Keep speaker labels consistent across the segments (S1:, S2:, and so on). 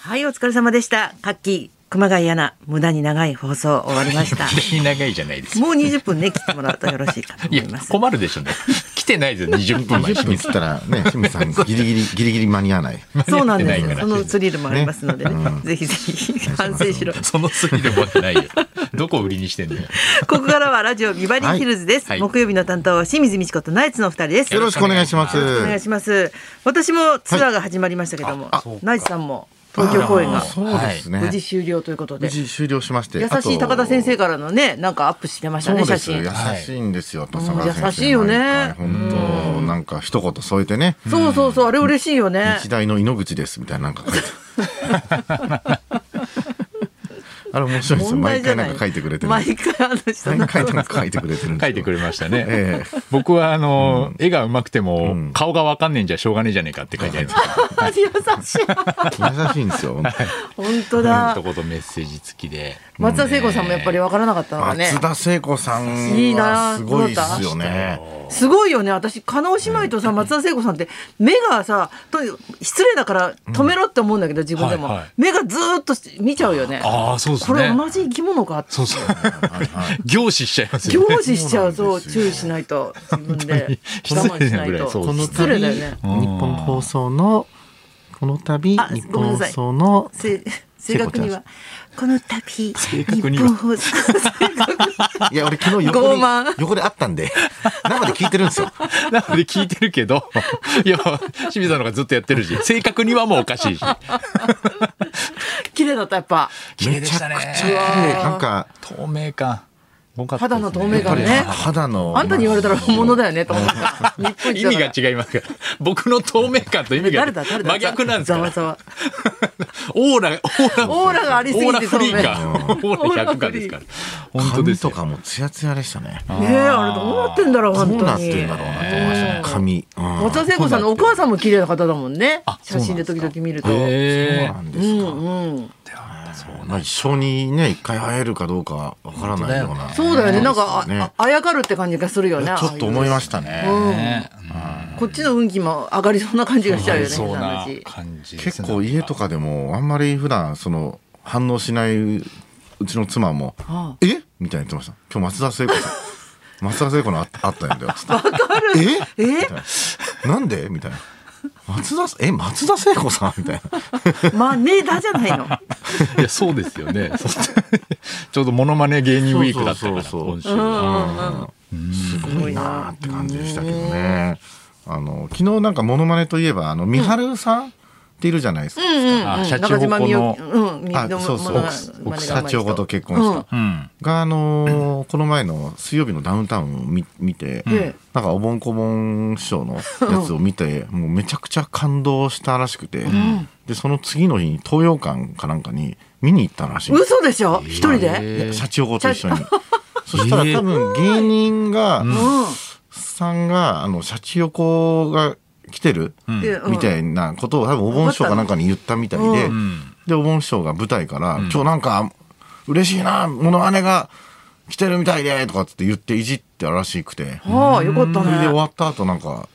S1: はい、お疲れ様でした。カッキー、熊谷アナ、無駄に長い放送終わりま した。
S2: 無駄に長いじゃないですよ。
S1: もう20分ね、切ってもらうとよろしいかと
S2: い
S1: 思
S2: や
S1: います。
S2: 困るでしょうね。来てないですよ20分前に
S3: 10分っつったらね、清水さんギリギリ、ギリギリ間に合わない。
S1: そうなん
S2: 間に
S1: で
S2: 合
S1: す。
S2: って
S1: そ
S2: ないから
S1: のスリルもありますのでね、ぜひぜひ反省しろ。
S2: そのすぎでもないよ。どこを売りにしてんのよ。
S1: ここからはラジオビバリーヒルズです。
S2: はいはい
S1: 木曜日の担当は清水美智子とナイツのお二人です。
S3: よろしくお願いします。
S2: よろしく
S1: お願いします。私もツアーが始まりましたけども、ナイツさんも東京公演が
S3: あーそうですね。
S1: 無事終了ということで
S3: 無、事終了しまして。
S1: 優
S3: あと
S1: しい高田先生からのね、なんかアップしてましたね、
S3: そう
S1: 写
S3: です
S1: 真
S3: 優。しいんですよ、と坂田先生
S1: 優しいよね
S3: 毎回本当なんか一言添えてね
S1: そうそうそう、あれ嬉しいよね。
S3: 日大の井ノ口ですみたいななんか書いてあれ面白いですよ
S1: 問題
S3: 毎
S1: じゃ
S3: 回
S1: な
S3: ないんか書いてくれてる
S1: 毎回あの人
S3: 毎
S1: の
S3: 回なんか書いてくれてるんです
S2: 書
S3: よ
S2: いてくれましたね。
S3: ええ
S2: 僕はあの、絵が上手くても、
S3: ん
S2: 顔がわかんねえんじゃしょうがねえじゃねえかって書いてあるんですけど、
S1: 優しい。
S3: 優しいんですよ本当
S1: 本当
S2: うん
S1: だ
S2: と。ことメッセージ付きで。
S1: 松田聖子さんもやっぱり分からなかったのがね
S3: 松。田聖子さん
S1: いいな
S3: はすごいですよね
S1: すごいよね。私、加納姉妹とさ、松田聖子さんって、目がさ、と失礼だから止めろって思うんだけど、自分でも
S2: はいはい。
S1: 目がずーっと見ちゃうよね。
S2: ああ、そうです
S1: これ
S2: ね。
S1: 同じ生き物かって
S2: そうそう。凝視しちゃいますよ
S1: 凝
S2: ね。
S1: 視しちゃう
S3: そ
S1: と
S3: うなんですよ
S1: 注意しないと自分で
S2: 当に
S1: 我慢しない
S2: 失礼なぐら
S1: と
S2: いそう
S3: この
S1: 失礼
S3: 度
S1: だよ
S3: 日
S1: ね
S3: 本放送のこの度
S1: あ
S3: 日
S1: ごめん
S3: 本
S1: なさ
S3: 放
S1: い
S3: 送の
S1: せ正確にはこの度日
S2: 確には
S1: 本放送
S3: いや俺昨日横
S1: 傲
S3: で
S1: 慢
S3: 横で会った んで生で聞いてるんですよ
S2: なので聞いてるけど、 いや、清水さんの方がずっとやってるし、正確にはもうおか しいし。
S1: 綺麗だったやっぱ
S2: 綺麗でしたね。
S3: ねなんか
S2: 透明感。多かったです
S1: 肌の透明
S3: やっぱ
S1: 感
S3: り
S1: ね
S3: 肌の
S1: あんたに言われたら本物だよねと思った日 本一
S2: 意
S1: だから
S2: 味が違いますから。 僕の透明感と意味が
S1: 誰だ誰だ
S2: 真逆なんです
S1: ざ
S2: から
S1: わ。ざわ
S2: オーラ、オーラ、
S1: オーラがありすぎて
S2: オーラフリー
S1: 透
S2: か。 オーラ100かですから。本当で
S3: 髪
S2: す
S3: と
S2: よ。
S3: かもツヤツヤでしたね
S1: ねえあれどうなってんだろう
S3: ど
S1: 本
S3: うな
S1: 当
S3: って
S1: に
S3: るんだろうなと思いましたね髪うん
S1: 松田聖子さんのお母さんも綺麗な方だもんね写真で時々見ると
S3: そう
S2: へ
S3: なんですか
S1: うん
S3: まあ一生にね一回会えるかどうかわからないような
S1: そうだよねなんか
S3: そうですよ
S1: あああやかるって感じがするよね
S3: ねちょっと思いました
S1: ああ
S3: ね
S1: いう
S2: え。
S1: のね
S2: ね
S1: うんこっちの運気も上がりそうな感じがしちゃうよね
S2: そう
S1: 変な
S2: な
S1: 話
S2: 感じです
S3: 結
S2: ね
S3: 構家とかでもあんまり普段その反応しないうちの妻も
S1: あ
S3: 「えみたいに言ってました「今日松田聖子さん 松田聖子のああったんだ よ」つって「え
S1: え
S3: みたいななんで?」みたいな「松田え松田聖子さん?」みたいな
S1: まあねだじゃないの
S2: いや、そうですよ ね。そしてちょうどモノマネ芸人ウィークだったから、
S3: そうそうそう
S2: 今週
S3: う
S2: は。
S3: すごいなーって感じでしたけどねあの昨日なんかモノマネといえばあの三春さんっているじゃないですか、
S2: あシャチ
S1: 中
S2: ホコ
S1: 島みゆ
S2: の
S1: き、うん、み
S3: あ
S1: の
S3: そうそう
S1: ものが
S3: 奥
S1: まねが上手い
S3: 奥
S1: 人
S3: 社長ごと結婚した、
S2: うん。
S3: が、あのーこの前の水曜日のダウンタウンを見見て、
S1: ええ
S3: なんかおぼんこぼん師匠のやつを見て、もうめちゃくちゃ感動したらしくて、でその次の日に東洋館かなんかに見に行ったらしいんです
S1: 嘘でしょ一人で
S2: え
S3: いや社長ごと一緒に。 そしたら
S2: ええ
S3: 多分芸人が、
S1: うん
S3: さんがあのシャチ横が来てる、
S1: でうん
S3: みたいなことを多分お盆師匠かなんかに言ったみたいで、
S1: うん
S3: でお盆師匠が舞台から、今日なんか嬉しいなモノマネが来てるみたいで」とかっつって言っていじってたらしくて
S1: ああよかった
S3: それで
S1: ね
S3: 終わった後なんか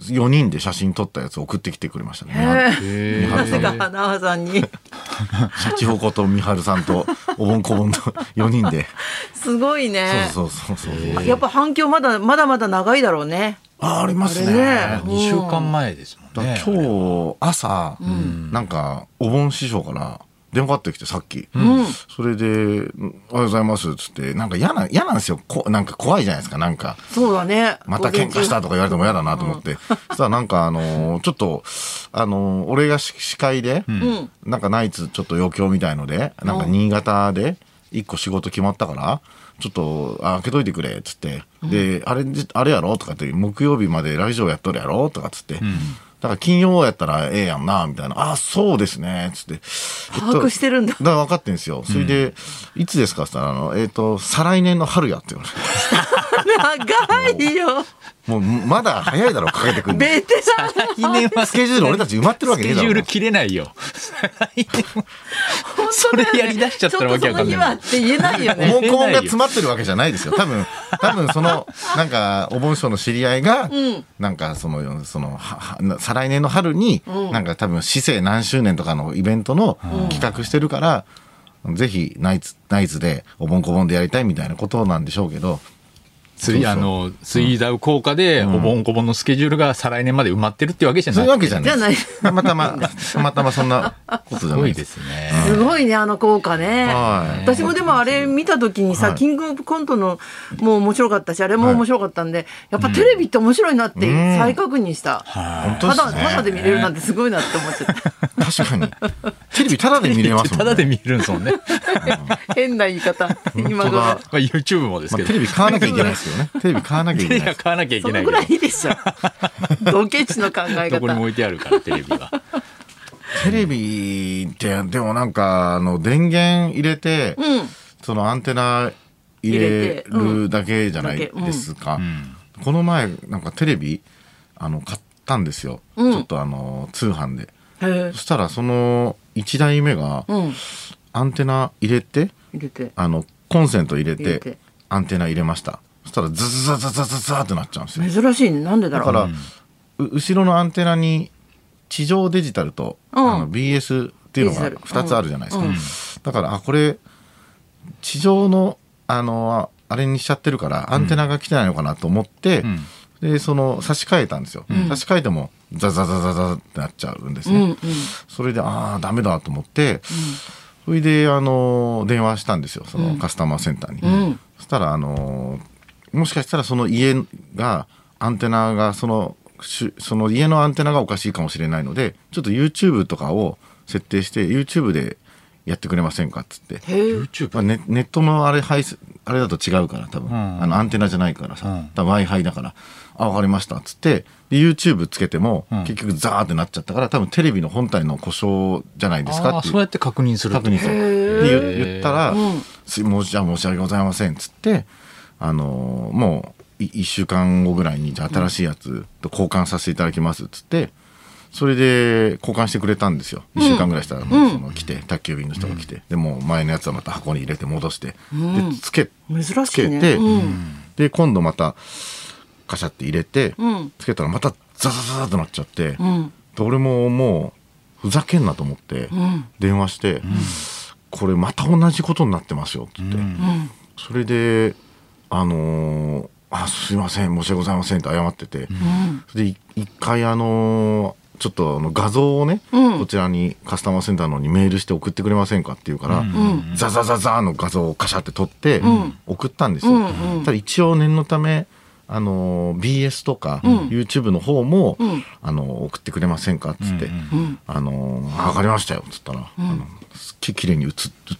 S3: 4人で写真撮ったやつ送ってきてくれましたね
S1: ええ
S2: へー
S1: なぜか花輪さん に
S3: シャチホコと三春さんとお盆こぼんと4人 で
S1: すごいね
S3: そうそうそうそう、
S1: やっぱ反響まだまだまだ長いだろうね
S3: あありますね
S1: あれね
S2: 2週間前ですもん
S3: だ
S2: ね。
S3: 今日朝、なんかお盆師匠から電話かかってきてさっき、それでうん「おはようございます」っつってなんか嫌な嫌なんですよこなんか怖いじゃないですかなんか
S1: そうだね
S3: また喧嘩したとか言われても嫌だなと思って、そしたらなんかあのーちょっとあのー俺がし司会で、
S1: ん
S3: なんかナイツちょっと余興みたいのでなんか新潟で一個仕事決まったからちょっとあ開けといてくれっつって、であれじあれやろとかって木曜日までラジオやっとるやろとかっつって、だから金曜やったらええやんなみたいな「あそうですね」っつって
S1: 把握してるんだ
S3: だから分かってんですよそれで、いつですか?」っつったらあの「えっ、と再来年の春や」って言われて
S1: 長いよ
S3: もうまだ早いだろかけてくんの
S1: ベテラン
S2: 来年は
S3: スケジュール俺たち埋まってるわ
S2: ス
S3: けねえ
S2: ケ
S3: だ
S2: ジュ
S3: ろ
S2: ール切れないよ。
S1: 本
S2: そ
S1: 当だ
S2: れ
S1: よね
S2: やりだしちゃったらわけわかんない
S1: ちょっとその日はって言えないよね
S3: もう婚が詰まってるわけじゃないですよ。多分、多分その、なんか、お盆師匠の知り合いが、なんかその、その、ははな再来年の春に、なんか多分、市政何周年とかのイベントの企画してるから、ぜひナイツ、ナイツで、お盆こぼんでやりたいみたいなことなんでしょうけど、
S2: つ
S3: そう
S2: い
S3: そう
S2: あの、ツイーダウ効果で、お盆こぼんのスケジュールが再来年まで埋まってるってわけじゃな
S3: そう
S2: い。
S3: いうわけじゃないです。
S1: じ
S3: たまたま、たまたまそんなことじ
S2: す
S3: ゃな
S2: ごい
S3: い
S2: で
S3: で
S2: す
S3: す。
S2: ね。
S1: すごいねあの効果ね、
S3: はい
S1: 私もでもあれ見た時にさ、
S3: はい
S1: キングオブコントのもう面白かったしあれも
S3: はい
S1: 面白かったんで、やっぱテレビって面白いなって
S3: うん
S1: 再確認した、
S3: 本当
S1: ただ
S3: です
S1: ただで
S3: ね。
S1: 見れるなんてすごいなって思っちゃ った
S3: 確かに。テレビただで見れますもんね。
S2: ただで見れるんですもん ね。
S1: 変な言い方今頃
S3: 本当だ
S2: まあ YouTube もです
S3: ま
S2: け
S3: あ
S2: ど。
S3: テレビ買わなきゃいけないですよね。テレビ買わなきゃい
S2: テレビ
S3: けない
S2: は。買わなきゃい
S1: そ
S2: け
S1: の
S2: ない
S1: ぐ
S2: けど
S1: らい。でしょドケチの考え
S2: どこにも
S1: 方
S2: 置いてあるから、テレビは。
S3: テレビって、でもなんか、あの、電源入れて、
S1: うん
S3: そのアンテナ
S1: 入
S3: 入れ
S1: れてう
S3: るだけじゃないですか。この前、なんかテレビ、あの、買ったんですよ。
S1: うん
S3: ちょっとあの、通販で。
S1: へえ
S3: そしたら、その、1台目が、
S1: うん
S3: アンテナ入れて、
S1: 入れて
S3: あの、コンセント入れ
S1: 入れ
S3: て、
S1: て
S3: アンテナ入れました。そしたら、ズズズズズズズーってなっちゃうんですよ。
S1: 珍しいねなんでだ
S3: だ
S1: ろ
S3: か
S1: う
S3: ら、う後ろのアンテナに地上デジタルと、
S1: うん
S3: あの BS っていうのが
S1: デジタル
S3: 2つあるじゃないですか、
S1: うん
S3: だからあこれ地上のあのあれにしちゃってるからアンテナが来てないのかなと思って、
S2: ん
S3: でその差し替えたんですよ、差し替えてもザザザザザってなっちゃうんです
S1: う
S3: ね、
S1: んうん
S3: それでああダメだと思って、それであの電話したんですよそのカスタマーセンターに、
S1: うん
S3: そしたらあのもしかしたらその家がアンテナがそのしその家のアンテナがおかしいかもしれないのでちょっと YouTube とかを設定して YouTube でやってくれませんかっつって、
S1: へえ
S2: YouTube。
S3: まあ、ネネットのあれ配信あれだと違うから多分、
S2: ん
S3: あのアンテナじゃないからさ、
S2: うん
S3: 多分 w i f i だから「あ分かりました」っつってで YouTube つけても、結局ザーってなっちゃったから多分テレビの本体の故障じゃないですか
S2: あ
S3: っ
S2: あ、
S3: てい
S2: そう
S3: う
S2: やって確認する。
S3: 確認するで言言ったら「すいもうじゃあ申し訳ございません」っつってあのーもう1週間後ぐらいにじゃあ新しいやつと交換させていただきますっつってそれで交換してくれたんですよ1週間ぐらいしたらもうその来て宅急便の人が来てでもう前のやつはまた箱に入れて戻してでつけ
S1: 珍
S3: つ
S1: しい
S3: け
S1: ね
S3: て
S1: うん
S3: で今度またカシャって入れて
S1: うん
S3: つけたらまたザザザザとなっちゃって
S1: うん
S3: で俺ももうふざけんなと思って
S1: ん
S3: 電話して、これまた同じことになってますよって言って、
S1: うん
S3: それであのーあすいません申し訳ございませんって謝ってて、
S1: うん
S3: それでい一回あのーちょっとあの画像をね、
S1: うん
S3: こちらにカスタマーセンターの方にメールして送ってくれませんかって言うから、
S1: ん
S3: ザザザザの画像をカシャって撮って
S1: ん
S3: 送ったんですよ、
S1: うんうん
S3: ただ一応念のためあのー BS とか YouTube の方も、
S1: ん
S3: あのー送ってくれませんかっつって、
S1: うん
S3: あのー、わかりましたよ、つったら、あの、すっげえ綺麗に映っ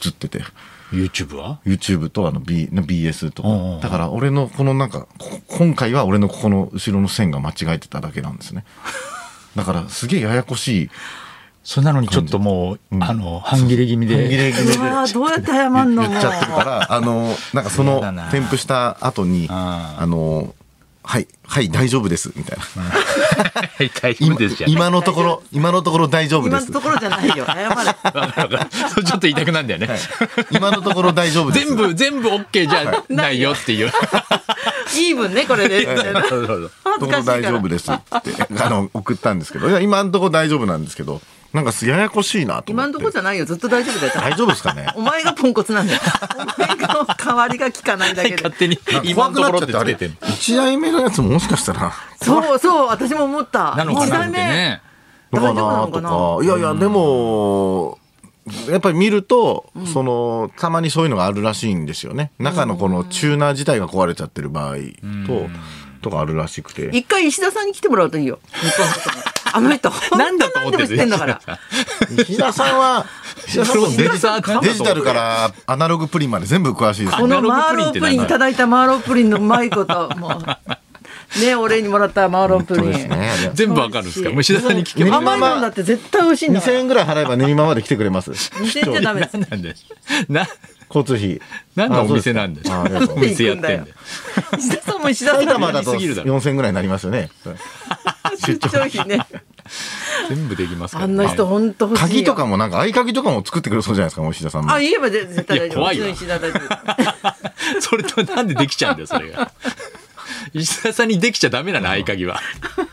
S3: 映ってて、
S2: YouTube は
S3: YouTube とあの、B、BS とか
S2: うんうんうん。
S3: だから俺のこのなんか、こ今回は俺のここの後ろの線が間違えてただけなんですね。 だからすげえややこしい。
S2: それなのにちょっともう、あの、半切れ気味
S3: 切
S2: で。
S3: れ切れ
S1: うわーどうやって謝んの
S3: 言っちゃってるから、あの、なんかそ
S2: や
S3: の
S2: だな、
S3: 添付した後に、
S2: あ
S3: あの、はい、はい、大丈夫です、みたいな。
S2: はい、大丈
S3: 今
S2: 夫ですじゃん。
S3: 今のところ、今のところ大丈夫で
S1: 今
S3: す
S1: の。ところじゃないよ謝れ
S2: わかるわかる そうちょっと痛くなんだよね。
S3: 今のところ大丈夫です。
S2: 全部、全部 OK じゃないよっていう。
S1: イーブンねこれでみたいな
S2: そうそうそう
S1: 恥
S3: と
S1: ず
S3: こ
S1: かし
S3: ろ
S1: いか
S3: 大
S1: ら
S3: 丈夫ですってあの送ったんですけどいや今のところ大丈夫なんですけどなんかややこしいなと思
S1: 今
S3: って
S1: のところじゃないよずっと大丈夫だよ
S3: 大丈夫ですかね
S1: お前がポンコツなんだよお前が代わりが効かないだけ で
S2: 勝手に、今のところってつけてんの
S3: 1台目のやつももしかしたら
S1: そうそう私も思った
S2: なのか
S1: 一
S2: な
S1: 代
S2: って
S1: 目
S2: ね。
S3: どうかな
S1: 大丈夫
S3: と
S1: なの
S3: かいやいやでもやっぱり見ると、そのたまにそういうのがあるらしいんですよね中のこのチューナー自体が壊れちゃってる場合ととかあるらしくて
S1: 一回石田さんに来てもらうといいよ日本のこともあの人
S2: なんだと
S1: 本
S2: 思
S1: 当何でも
S2: って
S1: 知ってんだから
S3: 石田さんは石田さんもデジ
S2: そう
S3: デジタルからアナログプリンまで全部詳しいですね
S1: このマ
S2: ア
S1: ー
S2: ナ
S1: ロ
S2: ロ
S1: ー
S2: グ
S1: プ
S2: プ
S1: リ
S2: リンってなんだ
S1: ンいただいたマーロープリンのうまいこともうねお礼にもらったマーロープリ
S3: そう
S1: ン
S3: ですね
S2: 全部わかるんですか虫田さんに聞けば。
S1: 甘いもんだって絶対美味しいんだか
S3: 2000
S1: ら
S3: 円ぐらい払えば練馬まで来てくれます。
S1: 2000円じゃダメです
S2: なんでな、
S3: 交通費。
S2: 何のお店なんだよ
S3: あそうですかあありがとう
S2: お店やってんだよ
S1: 石田さんも石田さん
S3: 埼
S1: の
S3: 玉だと
S2: 言い過ぎるだろ
S3: 4000ぐらいになりますよね。
S1: 出張費ね。
S2: 全部できます
S1: あ
S2: から、
S1: んな人本当欲しいよ。
S3: 鍵とかもなんか合鍵とかも作ってくるそうじゃないですか、もう石田さんも
S1: あ。言えば絶絶対大丈夫。
S2: いや怖いわ
S1: うちの石田大丈夫。
S2: それとなんでできちゃうんだよそれ が石田さんにできちゃダメなの合鍵は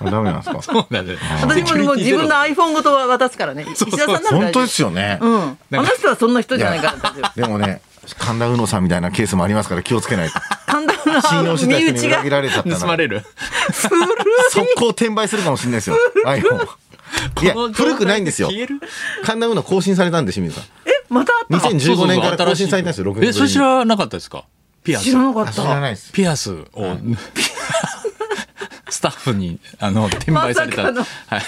S3: ダメなんですか。
S2: そうなんだよセキ
S1: 私
S2: ュリ
S1: もも
S2: テ
S1: う
S2: ィ
S1: 自
S2: ゼロ
S1: 分の iPhone ごとは渡すからね。
S2: そう
S1: 石田さんなら
S3: 本
S1: 大丈
S3: 当で
S1: 夫。
S3: すよね。
S1: うん。あ
S2: なん
S1: の
S2: か
S1: 人はそんな人じゃないから大丈夫。
S3: でもね、神田うのさんみたいなケースもありますから気をつけないと。
S1: 簡単な
S3: 信用してた
S1: 身内
S3: 人に裏切
S1: が。
S3: られちゃったら。
S2: 盗まれる
S3: 速攻転売するかもしれないですよ。iPhone。いや、
S2: この状態で
S3: 古くないんですよ。
S2: 消える
S3: 神田うの更新されたんで、清水さん。
S1: えまたあったの。
S3: 2015年から更新されたんですよ、6
S2: え
S3: 年
S2: それ知らなかったですかピアス
S1: 知らなかっ
S3: 知ら
S1: た。
S3: ないです。
S2: ピ アスを、ピアスタッフにあの転売された、
S1: まさかの
S2: はい、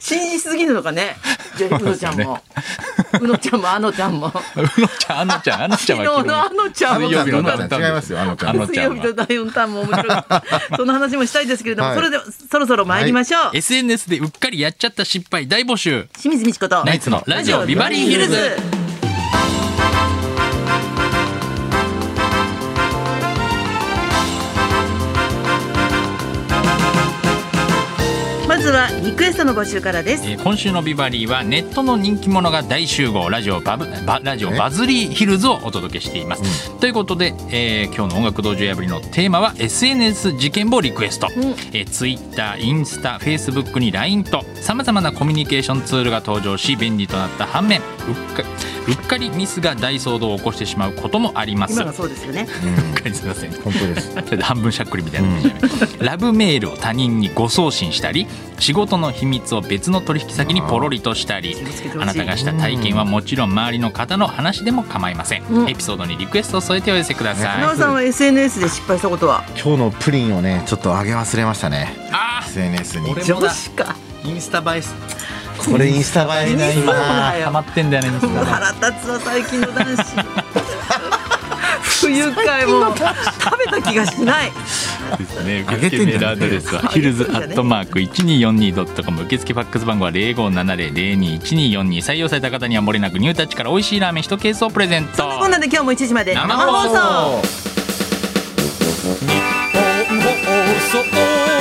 S1: 信じすぎるのかね。じゃ あうのちゃんも。うのちゃんもあのちゃんも。
S2: うのちゃんあのちゃんあのちゃんは
S1: 昨日のあのちゃん
S2: 水曜日の ダウンタウンです
S3: 違いますよあのちゃん
S2: あの
S1: 水
S2: ちゃ
S1: 曜
S2: ん
S1: 日と
S2: は
S1: 第4ターンも面白い。 その話もしたいですけれども、
S3: はい
S1: それではそろそろ参りましょう。
S2: SNS でうっかりやっちゃった失敗大募集
S1: 清水美智子と
S2: ナイツのラジオビバリーヒルズ
S1: まずはリクエストの募集からです。
S2: えー今週のビバリーはネットの人気者が大集合ラジオバブバラジオ
S3: え
S2: バズリーヒルズをお届けしています、ということで、えー今日の音楽道場破りのテーマは SNS 事件簿リクエスト、
S1: ん
S2: えー、Twitter インスタ Facebook に LINE とさまざまなコミュニケーションツールが登場し便利となった反面うっかうっかりミスが大騒動を起こしてしまうこともあります
S1: 今がそうですよね。
S2: うっかりすいません
S3: 本当です。
S2: ちょっと半分しゃっくりみたいな感じじゃないラブメールを他人に誤送信したり仕事の秘密を別の取引先にポロリとしたり
S1: 気をつけてほしい
S2: あなたがした体験はもちろん周りの方の話でも構いません、
S1: うん
S2: エピソードにリクエストを添えてお寄せください、
S1: 花尾さんは SNS で失敗したことは
S3: 今日のプリンをね、ちょっと上げ忘れましたね。
S2: あ
S3: SNS に
S2: 俺。も
S1: 上
S2: だ
S1: 司か。
S2: インスタ映え
S3: これインスタ映えない
S1: そうだ
S3: な
S1: よ
S2: ハマってんだよねインスタ
S1: 腹立つわ最近の男子。不愉快もう食べた気がしない。
S2: ですね。受
S3: 上げて
S2: 付
S3: ん
S2: メ
S3: じゃねえよ
S2: ールアドレスはヒルズアットマーク一二四二ドットコム。受付ファックス番号は零五七零零二一二四二。採用された方にはもれなくニュータッチから美味しいラーメン一ケースをプレゼント。
S1: こんなんで今日も1時まで
S2: 生放送
S1: 生放送
S2: 日本放送